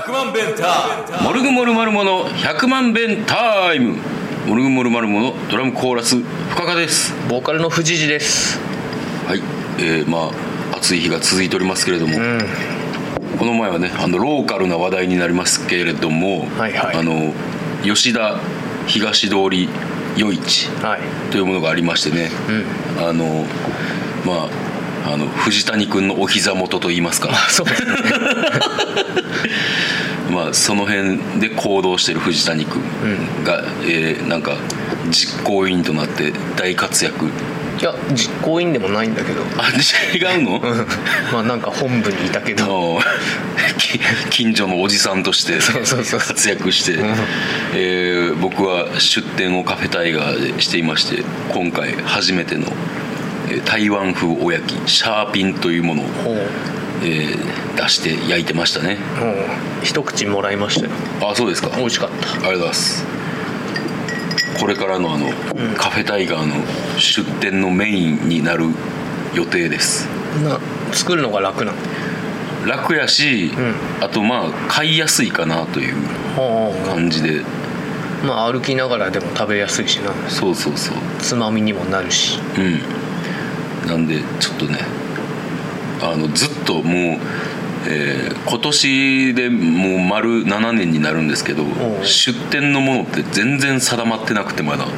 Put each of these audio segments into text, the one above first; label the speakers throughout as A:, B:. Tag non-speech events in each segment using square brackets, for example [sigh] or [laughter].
A: モルグモルマルモの100万弁タイムモルグモルマルモのドラムコーラス深川です
B: ボーカルの藤次です。
A: はいえー、まあ暑い日が続いておりますけれども、この前はねあのローカルな話題になりますけれども、
B: はいはい
A: あの吉田東通り余市
B: はい。
A: というものがありましてね、あのまああの藤谷君のお膝元といいますか
B: [laughs] そうですね。
A: [laughs] まあ、その辺で行動してる藤谷君が、えーなんか実行委員となって大活躍
B: いや、実行委員でもないんだけど。
A: あ違うの
B: うんまあなんか本部にいたけ
A: あ
B: ど。
A: の [laughs] き近所のおじさんとして
B: そうそうそう
A: 活躍して、えー僕は出店をカフェタイガーでしていまして今回初めてのえー台湾風おやきシャーピンというものを、
B: ほう。
A: えー出して焼いてましたね
B: ほう。一口もらいましたよ。
A: あそうですか
B: 美味しかった。
A: ありがとうございますこれからのあの、カフェタイガーの出店のメインになる予定です
B: な、作るのが楽なの。
A: 楽やし、あとまあ買いやすいかなという
B: ほうほ
A: 感じで、
B: う。まあ歩きながらでも食べやすいしな。
A: そうそうそう
B: つまみにもなるし。
A: うんなんでちょっとねあのずっともう、えー今年でもう丸7年になるんですけど
B: おう
A: 出店のものって全然定まってなくて
B: [laughs]
A: まだもう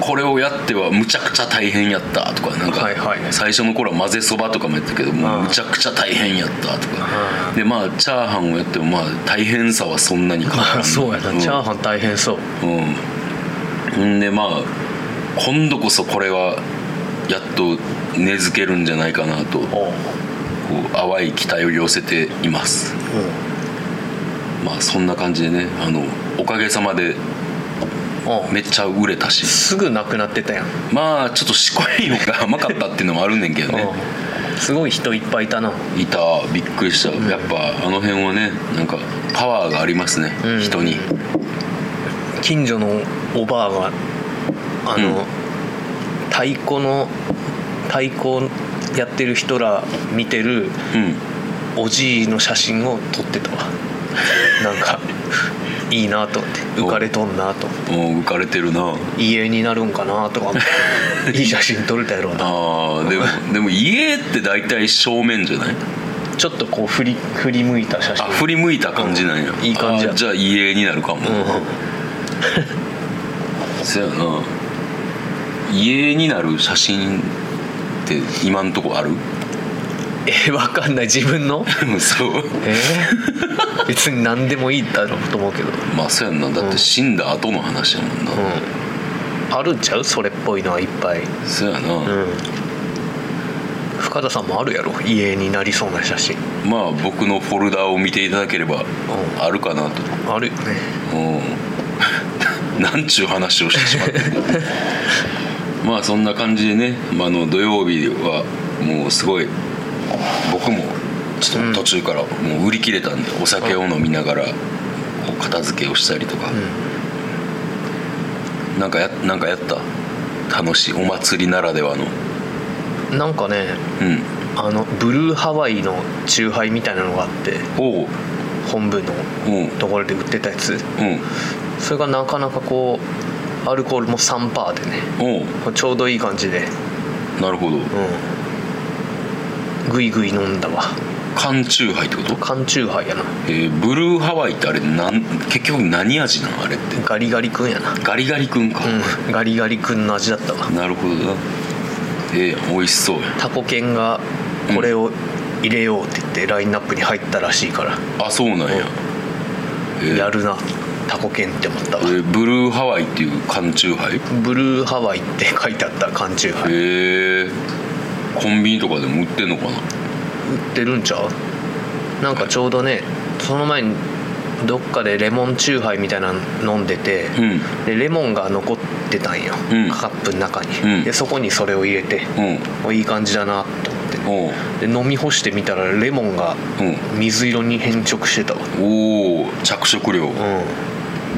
A: これをやってはむちゃくちゃ大変やったとかなんか
B: はいはい
A: 最初の頃は混ぜそばとかもやったけども
B: う
A: うんむちゃくちゃ大変やったと
B: う
A: か
B: ん
A: でまあチャーハンをやってもまあ大変さはそんなに変わら
B: ま
A: ん
B: あ [laughs] そうやな。
A: ん
B: チャーハン大変そう。
A: うんんでまあ今度こそこれはやっと根付けるんじゃないかなとこ
B: ほう。
A: う淡い期待を寄せていますまあそんな感じでねあのおかげさまで
B: ほう。
A: めっちゃ売れたし
B: すぐなくなってたやん。
A: まあちょっとしこいのが甘かったっていうのもあるねんけどね
B: うんすごい人いっぱいいたな。
A: いたびっくりしたやっぱあの辺はねなんかパワーがありますね、
B: うん
A: 人に
B: 近所のおばあがあの、
A: うん
B: 太鼓の太鼓やってる人ら見てる
A: うん
B: おじいの写真を撮ってた
A: [laughs]
B: わなんかいいなと思って浮かれとんなと思って
A: もう浮かれてるな
B: 家になるんかなとか思
A: [laughs]
B: っていい写真撮れたやろうな
A: あーで
B: [laughs]
A: もでも家って大体正面じゃない
B: ちょっとこう振り振り向いた写
A: あ
B: 真
A: 振り向いた感じなんや、
B: うんいい感じや
A: あーじゃあ家になるかも、
B: う
A: そやな家になる写真って今んとこある
B: ん、えわかんない自分の
A: そう
B: えー [laughs] 別に何でもいいだろうと思うけど
A: まあそやんなだって死んだ後の話やもんな、
B: うんあるんちゃうそれっぽいのはいっぱい
A: そやな、
B: うん深田さんもあるやろ家になりそうな写真
A: まあ僕のフォルダを見ていただければあるかなと、
B: あるよね
A: うん [laughs] なんちゅう話をしてしまって [laughs] まあそんな感じでね、まあ、あの土曜日はもうすごい僕もちょっと途中からもう売り切れたんで、お酒を飲みながらこう片付けをしたりとか、なんかやなんかやった楽しいお祭りならではの
B: なんかね
A: うん
B: あのブルーハワイのチューハイみたいなのがあって
A: おう
B: 本部の
A: うん
B: ところで売ってたやつ
A: うん
B: それがなかなかこうアルコールも3パーでね
A: おう
B: ちょうどいい感じで
A: なるほど
B: うんぐいぐい飲んだわ
A: 缶チューハイってこと、
B: 缶チューハイやな
A: えーブルーハワイってあれなん結局何味なんあれって
B: ガリガリ君やな
A: ガリガリ君か、
B: うんガリガリ君の味だったわ
A: なるほどなええやん美味しそうやん
B: タコ犬がこれを入れようって言ってラインナップに入ったらしいから、
A: あそうなんや、ええ
B: やるなタコ犬って思ったわ、
A: ええブルーハワイっていう缶チューハイ
B: ブルーハワイって書いてあった缶チューハイ売
A: ええコンビニとかでも売ってんのかな
B: ってるんちゃうなんかちょうどねその前にどっかでレモンチューハイみたいなの飲んでて、
A: うん
B: でレモンが残ってたんよ、
A: うん
B: カップの中に、
A: うん
B: でそこにそれを入れて、
A: うん
B: おいい感じだなと思って
A: おう
B: で飲み干してみたらレモンが
A: うん
B: 水色に変色してたわ
A: おお着色料
B: うん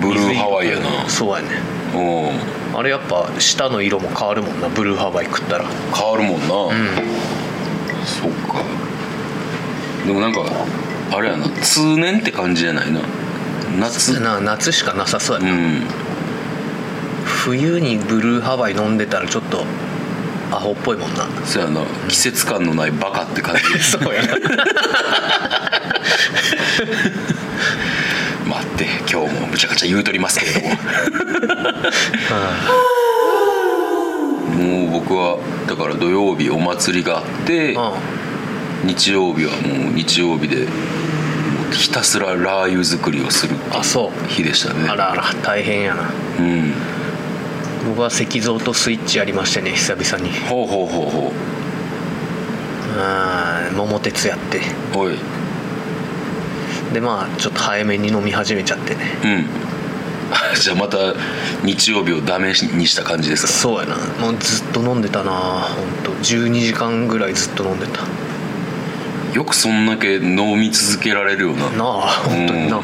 A: ブルーハワイやな
B: そうやね
A: おう
B: あれやっぱ舌の色も変わるもんなブルーハワイ食ったら
A: 変わるもんな、
B: うん
A: でもなんかあれやな通年って感じじゃないな夏
B: な夏しかなさそうや
A: う
B: な、
A: ん
B: 冬にブルーハワイ飲んでたらちょっとアホっぽいもんな
A: そうやな季節感のないバカって
B: [laughs]
A: 感じ
B: そうやな
A: 待って今日もむちゃくちゃ言うとりますけれどももう僕はだから土曜日お祭りがあって
B: う
A: 日曜日はもう日曜日でもうひたすらラー油作りをする
B: んあそう
A: 日でしたね
B: あらあら大変やな
A: うん
B: 僕は石像とスイッチやりましてね久々に
A: ほうほうほうほ
B: あー桃鉄やって
A: うおい
B: でまあちょっと早めに飲み始めちゃってね
A: うん [laughs] じゃあまた日曜日をダメにした感じですか
B: そうやなもうずっと飲んでたな本当12時間ぐらいずっと飲んでた
A: よくそんだけ飲み続けられるよな
B: なあ本当にな
A: うん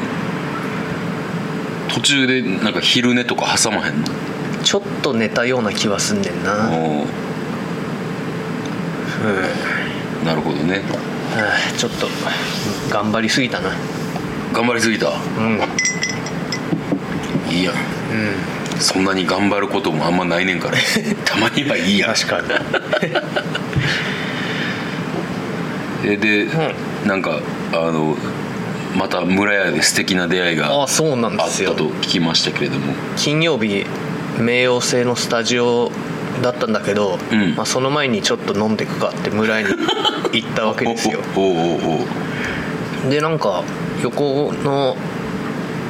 A: 途中でなんか昼寝とか挟まへんの
B: ちょっと寝たような気はすんねんな、うん
A: おーなるほどね
B: はあちょっと頑張りすぎたな
A: 頑張りすぎた
B: うんうん
A: いいやんそんなに頑張ることもあんまないねん
B: [laughs]
A: からたまにはいいやん
B: 確かに
A: えで、なんかあのまた村屋で素敵な出会いが
B: あ
A: あ
B: あそうなんで
A: っ
B: すよ
A: たと聞きましたけれども
B: 金曜日冥王星のスタジオだったんだけど、
A: うん
B: まあ、その前にちょっと飲んでくかって村へに行ったわけですよ
A: おおおうおう
B: でなんか横の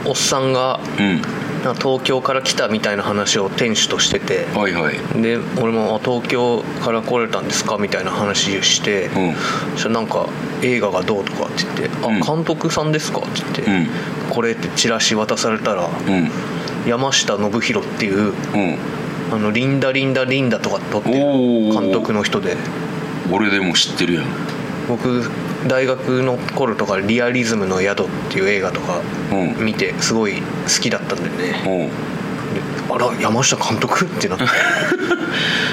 B: おっさんが
A: うん
B: なんか東京から来たみたいな話を店主としてて
A: はいはい
B: で俺もあ「東京から来られたんですか?」みたいな話をして、
A: うん
B: そしたらなんか「映画がどう?」とかって言って「
A: うん
B: あ監督さんですか?」って言って、
A: うん
B: これ」ってチラシ渡されたら
A: うん
B: 山下信弘っていう
A: うん
B: あのリンダリンダリンダとか撮ってる
A: おー
B: 監督の人で
A: 俺でも知ってるやん
B: 僕大学の頃とか「リアリズムの宿」っていう映画とか
A: うん
B: 見てすごい好きだったんだよね
A: おう
B: であら山下監督っ
A: [laughs]
B: てなって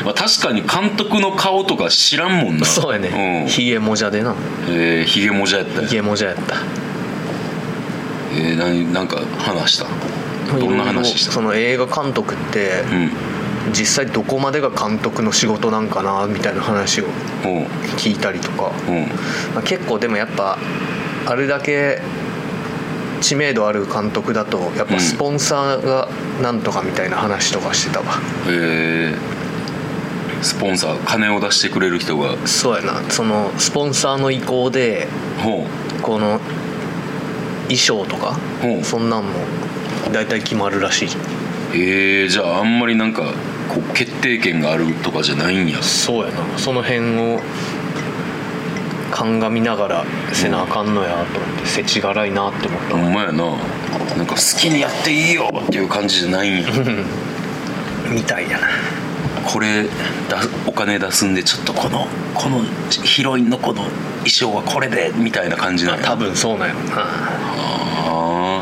A: まあ、確かに監督の顔とか知らんもんな
B: そうやね
A: ん、
B: ひげもじゃでな
A: えー、ひげもじゃやった
B: ひ
A: や
B: げもじゃやった
A: えー、なになんか話したどんな話し
B: そ
A: た
B: の映画監督って
A: うん
B: 実際どこまでが監督の仕事なんかなみたいな話を
A: おう
B: 聞いたりとか
A: うん
B: まあ、結構でもやっぱあれだけ知名度ある監督だとやっ
A: うん
B: ぱスポンサーがなんとかみたいな話とかしてたわ、
A: えー、スポンサー金を出してくれる人が
B: そうやなそのスポンサーの意向で
A: ほう
B: この衣装とか
A: うん
B: そんなんも大体決まるらしい
A: えー、じゃああんまりなんかこう決定権があるとかじゃないんや
B: そうやなその辺を鑑みながらせなあかんのやと思って世知辛いなって思った
A: ほんまやななんか好きにやっていいよっていう感じじゃないんや
B: [laughs] みたいやな
A: これ出すお金出すんでちょっとこのこのヒロインのこの衣装はこれでみたいな感じなんや
B: 多分そうなんやろな
A: あ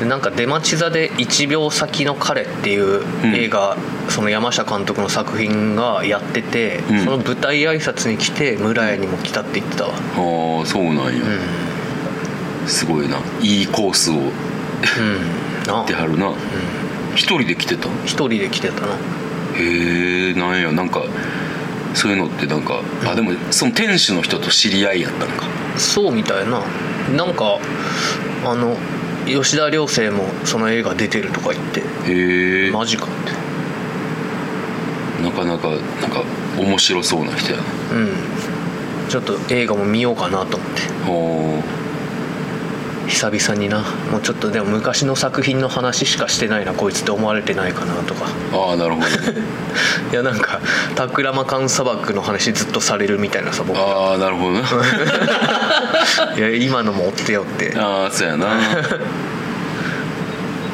B: でなんか出町座で「1秒先の彼」っていう映画、その山下監督の作品がやってて、
A: うん
B: その舞台挨拶に来て村屋にも来たって言ってたわ
A: ーあーそうなんや
B: うん、う、
A: すごいないいコースを
B: ん、 [laughs] な
A: 出はるな、一人で来てた
B: 一人で来てたな
A: へえなんやなんかそういうのってなんか、あでもその店主の人と知り合いやったのか
B: そうみたいななんかあの吉田寮生もその映画出てるとか言って
A: へえ、
B: マジかって
A: なかなかなんか面白そうな人やな
B: うんちょっと映画も見ようかなと思って
A: おー
B: 久々になもうちょっとでも昔の作品の話しかしてないなこいつって思われてないかなとか
A: ああなる
B: [laughs]
A: ほどね
B: いやなんかタクラマカン砂漠の話ずっとされるみたいなさ僕い
A: ああなるほどな
B: や今のも追ってよって
A: ああそうやな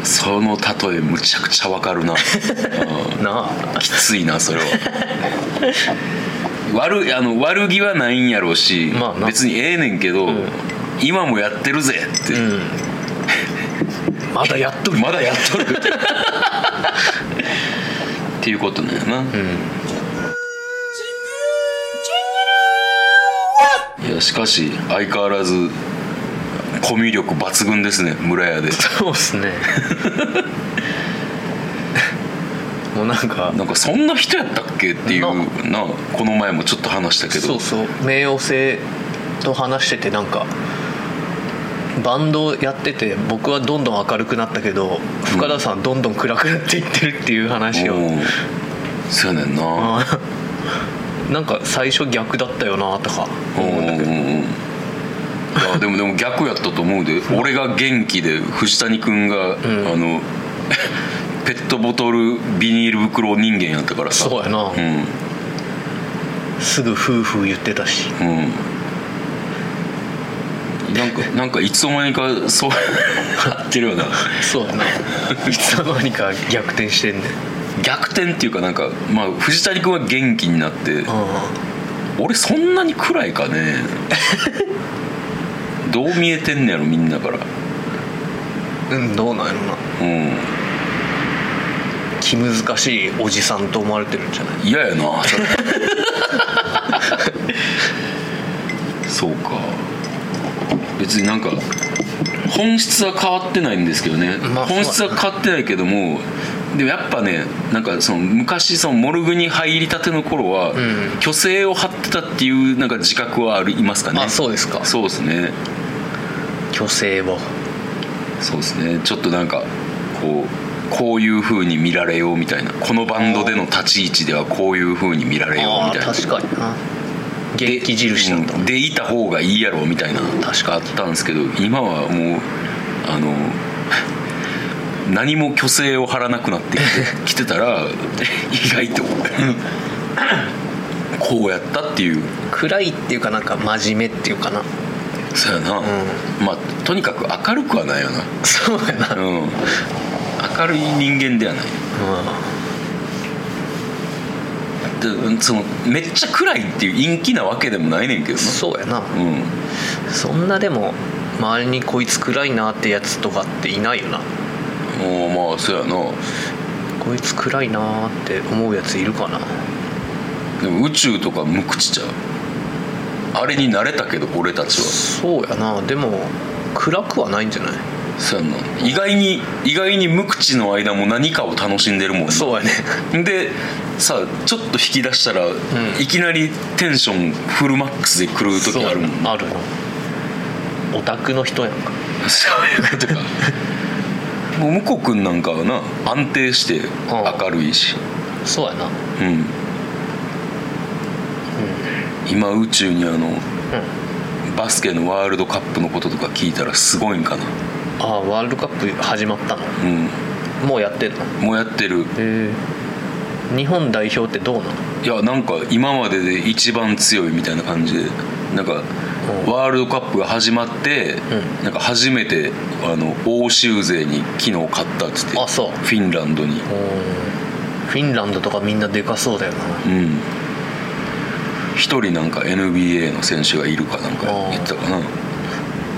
A: その例えむちゃくちゃわか
B: [laughs]
A: るな、う
B: なあ
A: んきついなそれは悪いあの悪気はないんやろうし、
B: まあな
A: 別にええねんけど、
B: ん
A: 今もやってるぜって、
B: うんまだやっとる
A: まだやっとるっていうことなんやな、
B: うん
A: いやしかし相変わらずコミュ力抜群ですね村屋で
B: そうっす [laughs] ねもうなんか
A: なんかそんな人やったっけっていうなこの前もちょっと話したけ
B: そ
A: ど
B: うそう冥王星と話しててなんかバンドやってて僕はどんどん明るくなったけど深田さんどんどん暗くなっていってるっていう話を、
A: うんそうやねんな
B: あー [laughs] なんか最初逆だったよなとか
A: うんうんうんうんいやでもでも逆やったと思うで俺が元気で藤谷君が、あの [laughs] ペットボトルビニール袋人間やったからさ
B: そうやな、
A: うん
B: すぐ夫婦言ってたし
A: うんなんかなんかいつの間にかそうなってるよな
B: そう [laughs] やないつの間にか逆転してんねん
A: 逆転っていうかなんか、まあ、藤谷君は元気になって俺そんなに暗いかねどう見えてんねやろみんなから
B: うん、うん、どうなんやろな
A: うん
B: 気難しいおじさんと思われてるんじゃない
A: 嫌やなそれ [laughs] そうか別になんか本質は変わってないんですけどね、
B: まあ
A: 本質は変わってないけどもでもやっぱねなんかその昔そのモルグに入りたての頃は、
B: ん
A: 虚勢を張ってたっていうなんか自覚はありますかね
B: あそうですか
A: そうですね
B: 虚勢を
A: そうですねちょっとなんかこうこういう風に見られようみたいなこのバンドでの立ち位置ではこういう風に見られよう
B: あ
A: みたいな
B: あ確かにな元気印だった
A: うんでいた方がいいやろみたいな
B: 確
A: あ
B: か
A: ったんですけど今はもうあの何も虚勢を張らなくな
B: [laughs]
A: ってきてきてたら意外とこうやったっていう
B: 暗いっていうかなんか真面目っていうかな [laughs]
A: そうやな、まあとにかく明るくはないよな、
B: そうやな、
A: うん、明るい人間ではないでそのめっちゃ暗いっていう陰気なわけでもないねんけど
B: そうやな
A: なうん
B: そんなでも周りにこいつ暗いなってやつとかっていないよな
A: もうまあそうやな
B: こいつ暗いなって思うやついるかな
A: でも宇宙とか無口ちゃうあれに慣れたけど俺たちは
B: そうやなでも暗くはないんじゃない
A: そうやんな意外に意外に無口の間も何かを楽しんでるもんな
B: そうやね
A: でさあちょっと引き出したら、いきなりテンションフルマックスで狂う時あるもんな
B: あるのオタクの人やんか
A: そういうことかもう向こう君なんかはな安定して明るいし
B: そうやな
A: うん、今宇宙にあの
B: うん
A: バスケのワールドカップのこととか聞いたらすごいんかな
B: ああワールドカップ始まったの
A: うん
B: もうやってんのへ
A: もうやってる
B: え日本代表ってどうなの
A: いやなんか今までで一番強いみたいな感じでなんか
B: うん
A: ワールドカップが始まって、
B: う
A: なんか初めてあの欧州勢に昨日勝ったっつって
B: あそう
A: フィンランドに
B: フィンランドとかみんなでかそうだよな
A: うん一人なんか NBA の選手がいるかなんか言ってたかな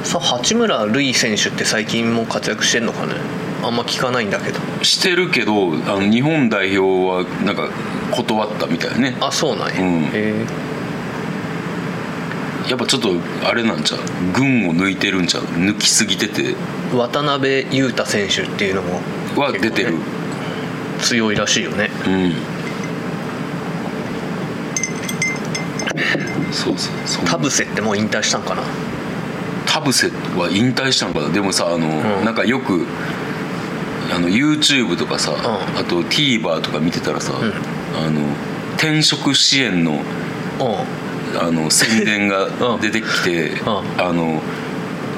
B: さ八村塁選手って最近も活躍してんのかねあんま聞かないんだけど
A: してるけどあの日本代表はなんか断ったみたいね
B: あそうなんや、
A: うん
B: え
A: やっぱちょっとあれなんちゃう群を抜いてるんちゃう抜きすぎてて
B: ー渡辺裕太選手っていうのも
A: は出てる、
B: 結強いらしいよね
A: うんそうそうそう
B: 田臥ってもう引退したんかな
A: 田臥は引退したのかなでもさあの、
B: うん
A: なんかよくあの YouTube とかさ、
B: ん
A: あと TVer とか見てたらさ、あの転職支援の
B: う
A: あの宣伝が
B: [laughs] うん
A: 出てきて、
B: ん
A: あの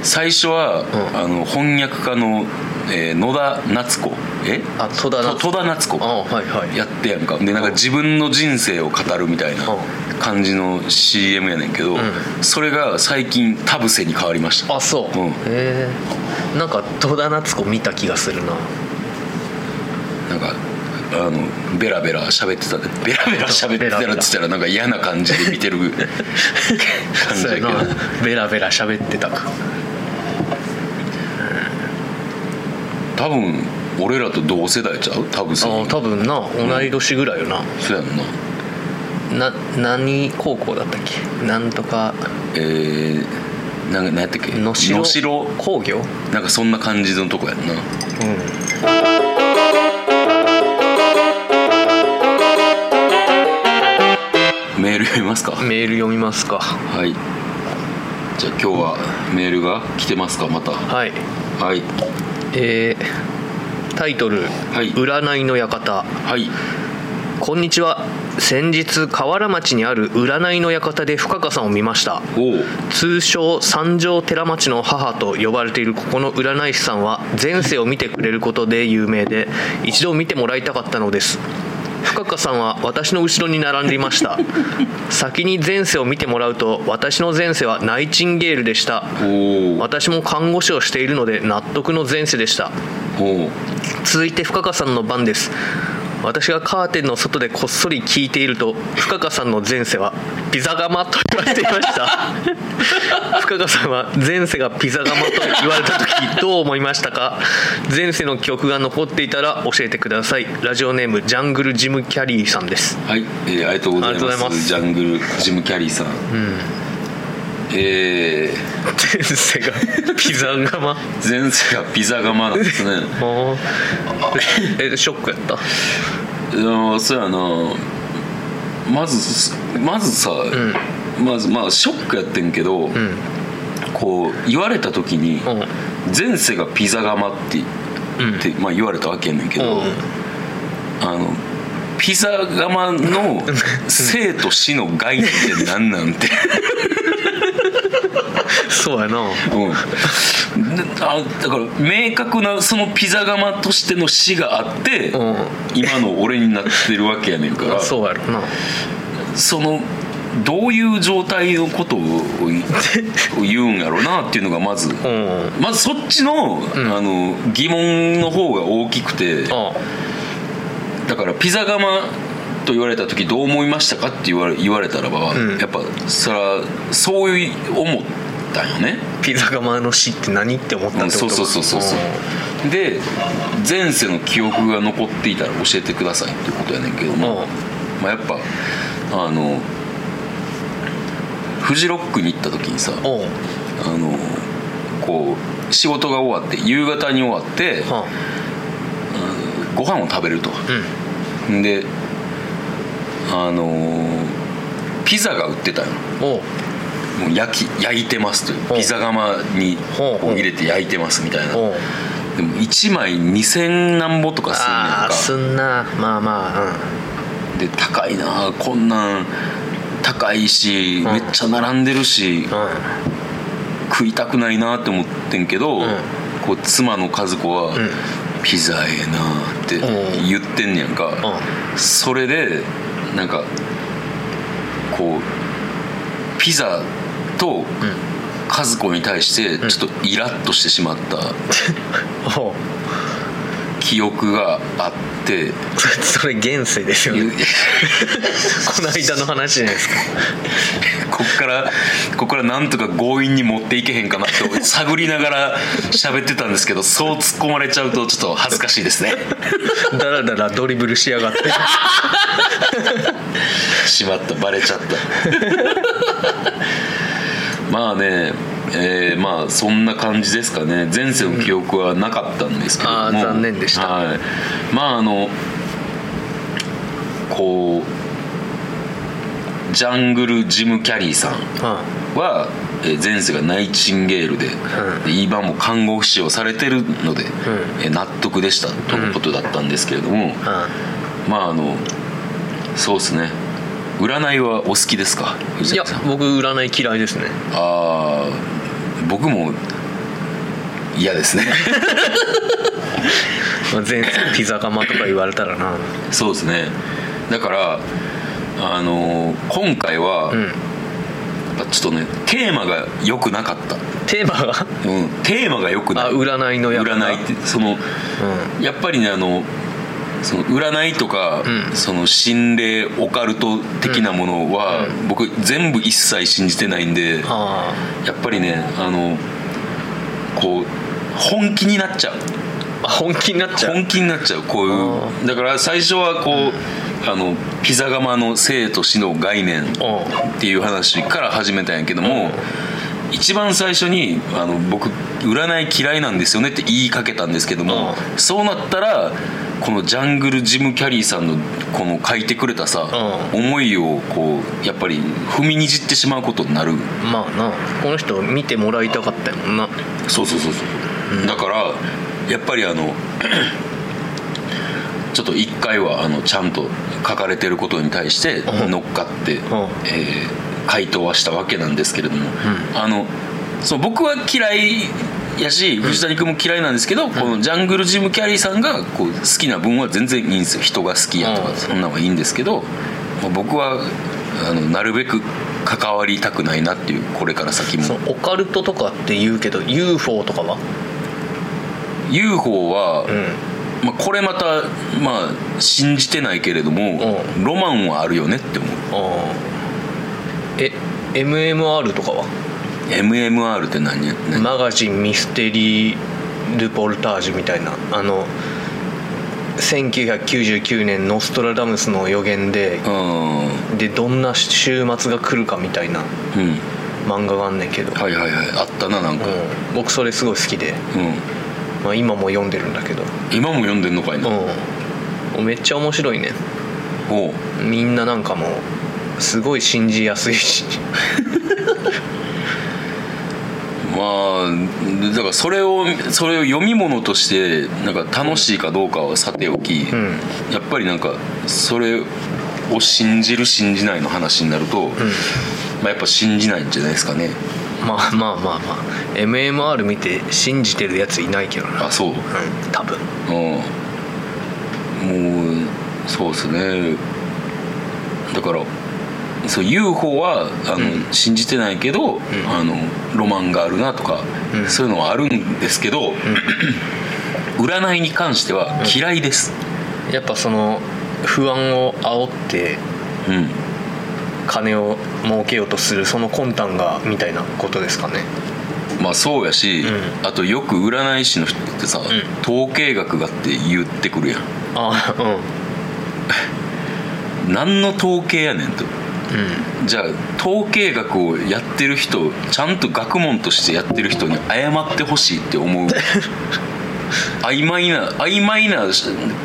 A: 最初は、
B: ん
A: あの翻訳家の、えー野田夏子え
B: んあ戸田
A: と
B: 夏
A: 戸田夏子
B: あはいはい
A: やってやんかでなんか自分の人生を語るみたいな
B: う
A: 感じの CM やねんけど、
B: ん
A: それが最近田臥に変わりました
B: あそう、
A: うん
B: へえなんか戸田夏子見た気がするな
A: なんかあのベラベラ喋ってたでベラベラ喋ってたらっつったらなんか嫌な感じで見て
B: [laughs]
A: る感じ
B: そう
A: だけ
B: や
A: ど
B: なベラベラ喋ってたか
A: 多分俺らと同世代ちゃう田臥
B: あ多分な同い年ぐらいよな、
A: そうやんな
B: な何高校だったっけなんとか
A: えー、なんか何やったっけ
B: 能代
A: 能代
B: 工業
A: なんかそんな感じのとこやんなメール読みますか
B: うんメール読みますか
A: はいじゃあ今日はメールが来てますかまた
B: はい
A: はい
B: えータイトル「
A: はい
B: 占いの館」
A: はい
B: こんにちは先日河原町にある占いの館で深川さんを見ました
A: おお
B: 通称三条寺町の母と呼ばれているここの占い師さんは前世を見てくれることで有名で一度見てもらいたかったのです深川さんは私の後ろに並んでいました先に前世を見てもらうと私の前世はナイチンゲールでした
A: おお
B: 私も看護師をしているので納得の前世でした
A: おお
B: 続いて深川さんの番です私がカーテンの外でこっそり聞いていると深川さんの前世はピザ窯と言われていました [laughs] 深川さんは前世がピザ窯と言われた時どう思いましたか前世の記憶が残っていたら教えてくださいラジオネームジャングルジムキャリーさんです
A: はい、えーありがとうござい
B: ありが
A: ま
B: と
A: す
B: うございます
A: ジャングルジム・キャリーさん、え
B: 前世がピザ窯
A: ー、前世がピザ窯なんです
B: [laughs]
A: ね
B: もうえショックやった
A: あのそうやなまずすまずさ、まずまあショックやってんけど、
B: うん
A: こう言われた時に
B: うん
A: 「前世がピザ窯」って
B: うん
A: って、まあ、言われたわけやねんけど、
B: うん
A: あのピザ窯
B: [laughs]
A: の生と死の概念って何なんて
B: そうやな
A: うん、であだから明確なそのピザ窯としての死があって、
B: うん
A: 今の俺になってるわけやねんからそ
B: そうやろな
A: のどういう状態のことををいを言うんやろなっていうのがまず
B: うん
A: まずそっちの,、あの疑問の方が大きくて
B: あ
A: だからピザ窯と言われた時どう思いましたかって言われ言われたらば、
B: うん
A: やっぱそれはそういう思ったんよね。
B: ピザ窯の死って何って思った
A: う
B: っ
A: ん
B: てこと
A: そうそうそうそうそうで前世の記憶が残っていたら教えてくださいっていうことやねんけど
B: うんう
A: も、
B: ん
A: まあ、やっぱあのフジロックに行った時にさあ
B: うん
A: のこう仕事が終わって夕方に終わって
B: は
A: ご飯を食べると
B: あうん
A: であのピザが売ってたの
B: おう
A: もう焼き焼いてますという
B: ほう
A: ピザ窯に
B: ほうほう
A: こう入れて焼いてますみたいな
B: おう
A: でも1枚2000何ぼとかすんねん
B: あ
A: か
B: あすんなまあまあ
A: で高いなあこんなん高いし、
B: ん
A: めっちゃ並んでるし
B: うん
A: 食いたくないなって思ってんけど、
B: うん
A: こう妻の和子は、
B: ん
A: ピザええなあって
B: うん
A: 言ってんねやんか、
B: うん
A: それでなんかこうピザと和子に対してちょっとイラッとしてしまった
B: うんお [laughs] う
A: 記憶があって、
B: それそれ現世ですよねこの間の話じゃないですか
A: こっからこっからなんとか強引に持っていけへんかなって探りながら喋ってたんですけどそう突っ込まれちゃうとちょっと恥ずかしいですね
B: だらだらドリブルしやがって
A: しまったバ [laughs] レちゃったまあねえーまあそんな感じですかね前世の記憶はなかったんですけども、
B: あー残念でした
A: はいまああのこうジャングルジム・キャリーさん
B: う
A: はえー前世がナイチンゲールで,で、今も看護師をされてるので、えー納得でしたということだったんですけれども、
B: んうん
A: まああのそうですね占いはお好きですか藤
B: いや
A: 崎さん
B: 僕占い嫌いですね
A: あー僕も嫌です
B: [laughs]
A: ね
B: まあ前世ピザ窯とか言われたらな
A: そうですねだからあのー今回は、
B: うん
A: やっぱちょっとねテーマが良くなかった、
B: テーマが
A: うん、テーマが良くない
B: あ占いのやつ
A: 占いってその
B: うん
A: やっぱりねあのその占いとか、
B: うん
A: その心霊オカルト的なものは、僕全部一切信じてないんで、
B: あ
A: やっぱりねあのこう本気になっちゃう
B: ああ本気になっちゃう
A: 本気になっちゃうこういうだから最初はこう、あのピザ窯の生と死の概念っていう話から始めたんやけども、一番最初にあの僕占い嫌いなんですよねって言いかけたんですけども、そうなったらこのジャングルジム・キャリーさんのこの書いてくれたさ、思いをこうやっぱり踏みにじってしまうことになる
B: まあなこの人見てもらいたかったよな
A: そうそうそうそう、だからやっぱりあの [clears throat] ちょっと一回はあのちゃんと書かれてることに対して
B: うん
A: 乗っかって、
B: ん
A: えー回答はしたわけなんですけれども、あのそう僕は嫌いやし藤谷君も嫌いなんですけど、このジャングルジム・キャリーさんがこう好きな分は全然いいんですよ人が好きやと
B: う
A: か
B: ん
A: そんなのはいいんですけど、まあ僕はあのなるべく関わりたくないなっていうこれから先も
B: そのオカルトとかって言うけど UFO とかは
A: UFO は、
B: うん
A: まあ、これまた、まあ、信じてないけれども、ロマンはあるよねって思う
B: あーえ MMR とかは
A: MMR って何やね
B: マガジンミステリー・ルポルタージュみたいなあの1999年ノストラダムスの予言で
A: うん
B: でどんな週末が来るかみたいな
A: うん
B: 漫画があんねんけど、
A: はいはいはいあったななんか、
B: うん僕それすごい好きで、
A: うん
B: まあ、今も読んでるんだけど
A: 今も読んでんのかいな、
B: うんめっちゃ面白いね
A: おう
B: みんななんかもうすごい信じやすいし
A: まあだからそれをそれを読み物としてなんか楽しいかどうかはさておき、
B: うん
A: やっぱりなんかそれを信じる信じないの話になると、まあ、やっぱ信じないんじゃないですかね
B: まあまあまあまあ MMR 見て信じてるやついないけどな
A: あそう
B: うん多分
A: うん、もうそうですねだからそう UFO はあの、信じてないけど、あのロマンがあるなとか、
B: うん
A: そういうのはあるんですけど、占いに関しては嫌いです、
B: やっぱその不安を煽って
A: うん
B: 金を儲けようとするその魂胆がみたいなことですかね
A: まあそうやし、
B: う
A: あとよく占い師の人ってさ、
B: ん
A: 統計学がって言ってくるやん
B: ああうん
A: 何の統計やねんとじゃあ統計学をやってる人ちゃんと学問としてやってる人に謝ってほしいって
B: [laughs]
A: 思う曖昧な曖昧な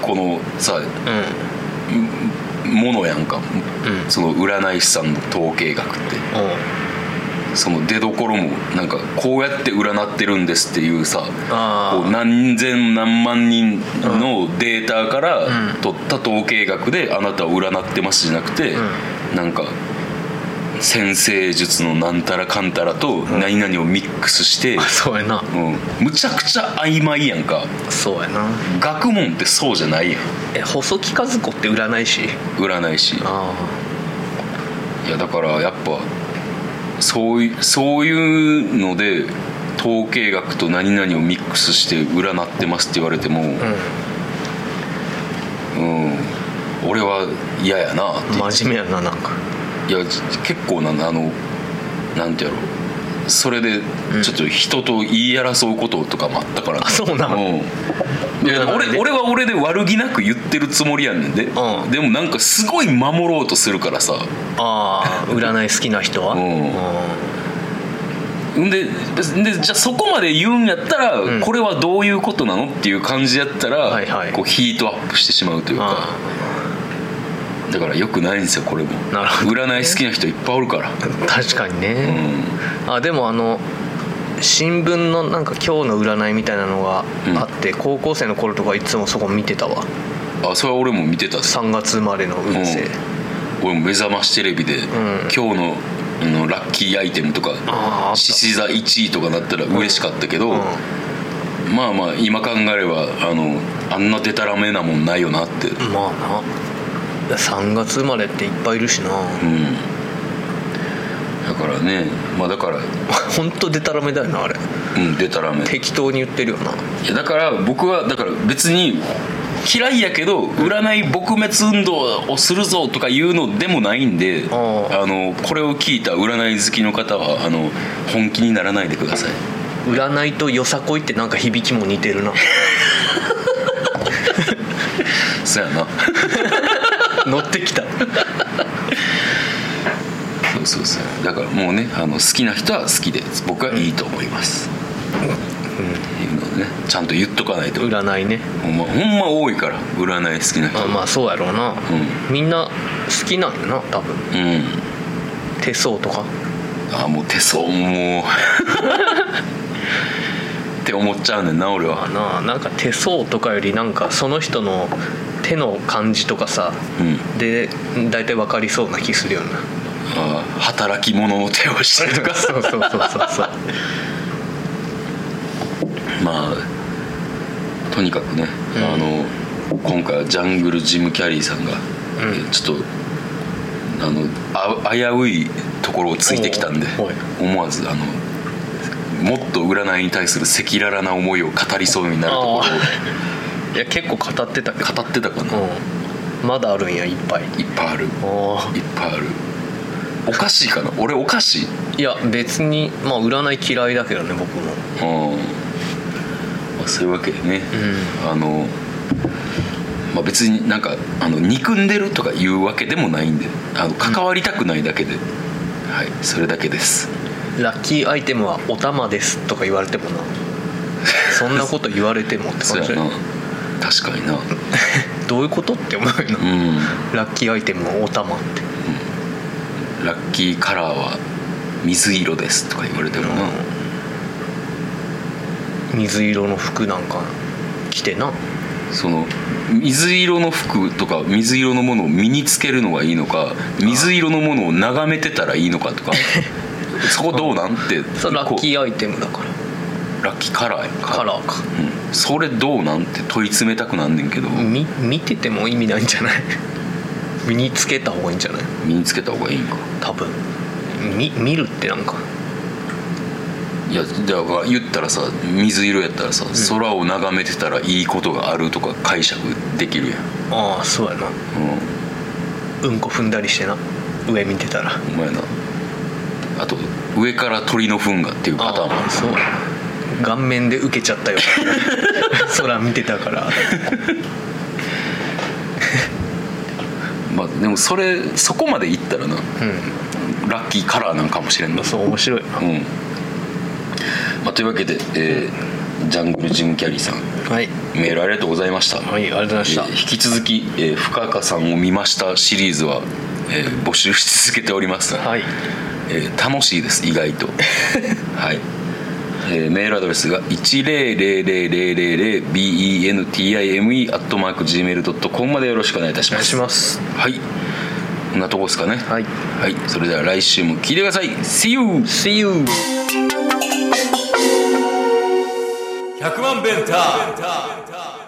A: このさ
B: うん
A: ものやんか、
B: うん
A: その占い師さんの統計学って
B: うん
A: その出どころもなんかこうやって占ってるんですっていうさ
B: あー
A: こう何千何万人のデータから
B: うん
A: 取った統計学であなたを占ってますじゃなくて、
B: う
A: なんか先生術のなんたらかんたらと何々をミックスして、
B: そうやな
A: うんむちゃくちゃ曖昧やんか
B: そうやな
A: 学問ってそうじゃないやん
B: え細木数子って占い師
A: 占い師
B: あ
A: いやだからやっぱそういそういうので統計学と何々をミックスして占ってますって言われても、
B: あ
A: うん、俺は嫌やなって
B: うん真面目やななんか
A: いやじ結構なあのなんてやろうそれでちょっと人と言い争うこととかもあったから、
B: あそうなん
A: うんいや
B: うん
A: 俺俺は俺で悪気なく言ってるつもりやねんで、
B: うん
A: でもなんかすごい守ろうとするからさ
B: ああ占い好きな人は
A: う
B: うんん
A: んで別でじゃあそこまで言うんやったら、
B: ん
A: これはどういうことなのっていう感じやったら、
B: はいはい
A: こうヒートアップしてしまうというか
B: あ
A: だからよくないんですよこれも
B: なるほど
A: 占い好きな人いっぱいおるから、
B: あ確かに
A: う
B: ね、
A: ん、
B: あでもあの新聞のなんか今日の占いみたいなのがあって、高校生の頃とかいつもそこ見てたわ
A: あそれは俺も見てたっす
B: 3月生まれの運勢、
A: うん俺も目覚ましテレビで、
B: ん
A: 今日のあのラッキーアイテムとか
B: あーあった
A: 獅子座1位とかなったら嬉しかったけど、
B: うん
A: まあまあ今考えればあのあんなでたらめなもんないよなって、う
B: まあな3月生まれっていっぱいいるしな、
A: ん、
B: [laughs]
A: だからねまあだから、
B: ほんとでたらめだよなあれ
A: うん、でたらめ
B: 適当に言ってるよない
A: やだから僕はだから別に嫌いやけど占い撲滅運動をするぞとかいうのでもないんであ
B: あ
A: のこれを聞いた占い好きの方はあの本気にならないでください [laughs]
B: 占いとよさこいってなんか響きも似てるな
A: そうやな [laughs]
B: 乗ってきた
A: そうそうそうだからもうねあの好きな人は好きで僕はいいと思います、っていうのをねちゃんと言っとかないと
B: 占いね
A: ほんまほんま多いから占い好きな人
B: まあまあそうやろうな、
A: う
B: みんな好きなんやな多分
A: うん
B: 手相とか
A: あもう手相もう [laughs] って思っちゃうねんな俺
B: まあ
A: は
B: ななんか手相とかよりなんかその人の手の感じとかさ
A: うん
B: で大体分かりそうな気するよな
A: あ働き者の手をしたりとか
B: [laughs] そうそうそうそうそう
A: [laughs] まあとにかくね、
B: うん
A: あの今回はジャングルジム・キャリーさんが、えーちょっとあのあ危ういところをついてきたんで
B: おうおい
A: 思わずあのもっと占いに対する赤裸々な思いを語りそうになるとこ
B: いや結構語ってたけど
A: ろを語ってたかな、
B: うんまだあるんやいっぱい
A: いっぱいある
B: あ
A: いっぱいあるおかしいかな俺おかしい
B: いや別にまあ占い嫌いだけどね僕も
A: うんまあ、そういうわけでね、あの、まあ、別になんかあの憎んでるとかいうわけでもないんであの関わりたくないだけで、はいそれだけです
B: ラッキーアイテムはお玉ですとか言われてもなそんなこと言われてもって
A: そう
B: 感
A: や
B: じ
A: な確かにな
B: どういうことって思うよな、
A: う
B: ラッキーアイテムはお玉って
A: んラッキーカラーは水色ですとか言われてもな、
B: 水色の服なんか着てな
A: その水色の服とか水色のものを身につけるのがいいのか水色のものを眺めてたらいいのか
B: [laughs]
A: とかそこどうなんって
B: そうラッキ
A: こ
B: ーアイテムだから
A: うラッキーカラーやんか
B: カラーか
A: うんそれどうなんて問い詰めたくなんねんけど、
B: み見てても意味ないんじゃない [laughs] 身につけた方がいいんじゃない
A: 身につけた方がいいんか
B: 多分み見るってなんか
A: いやだから言ったらさ水色やったらさ、空を眺めてたらいいことがあるとか解釈できるやん、
B: ああそうやなうんこ踏んだりしてな上見てたら
A: うん、お前なあと上から鳥の糞がっていうパターンもあ
B: あ
A: る
B: あそう顔面で受けちゃったよ [laughs] 空見てたから
A: まあ、でもそれそこまでいったらな
B: う
A: ラッキーカラーなんかもしれんなん
B: そう面白いな
A: うんまあ、というわけで、えージャングルジムキャリーさん
B: はい
A: メールありがとうございました、
B: はいありがとうございました
A: えー引き続き、えー深川さんを見ましたシリーズは、えー募集し続けております、
B: はい
A: えー楽しいです意外
B: [laughs]
A: とはい、えーメールアドレスが 1000000bentime.gmail.com までよろしくお願いいたし
B: お願
A: ま
B: い
A: す
B: します
A: はいこんなとこですかね
B: はい
A: はい、それでは来週も聞いてください See you!
B: See you
C: 100万ベンター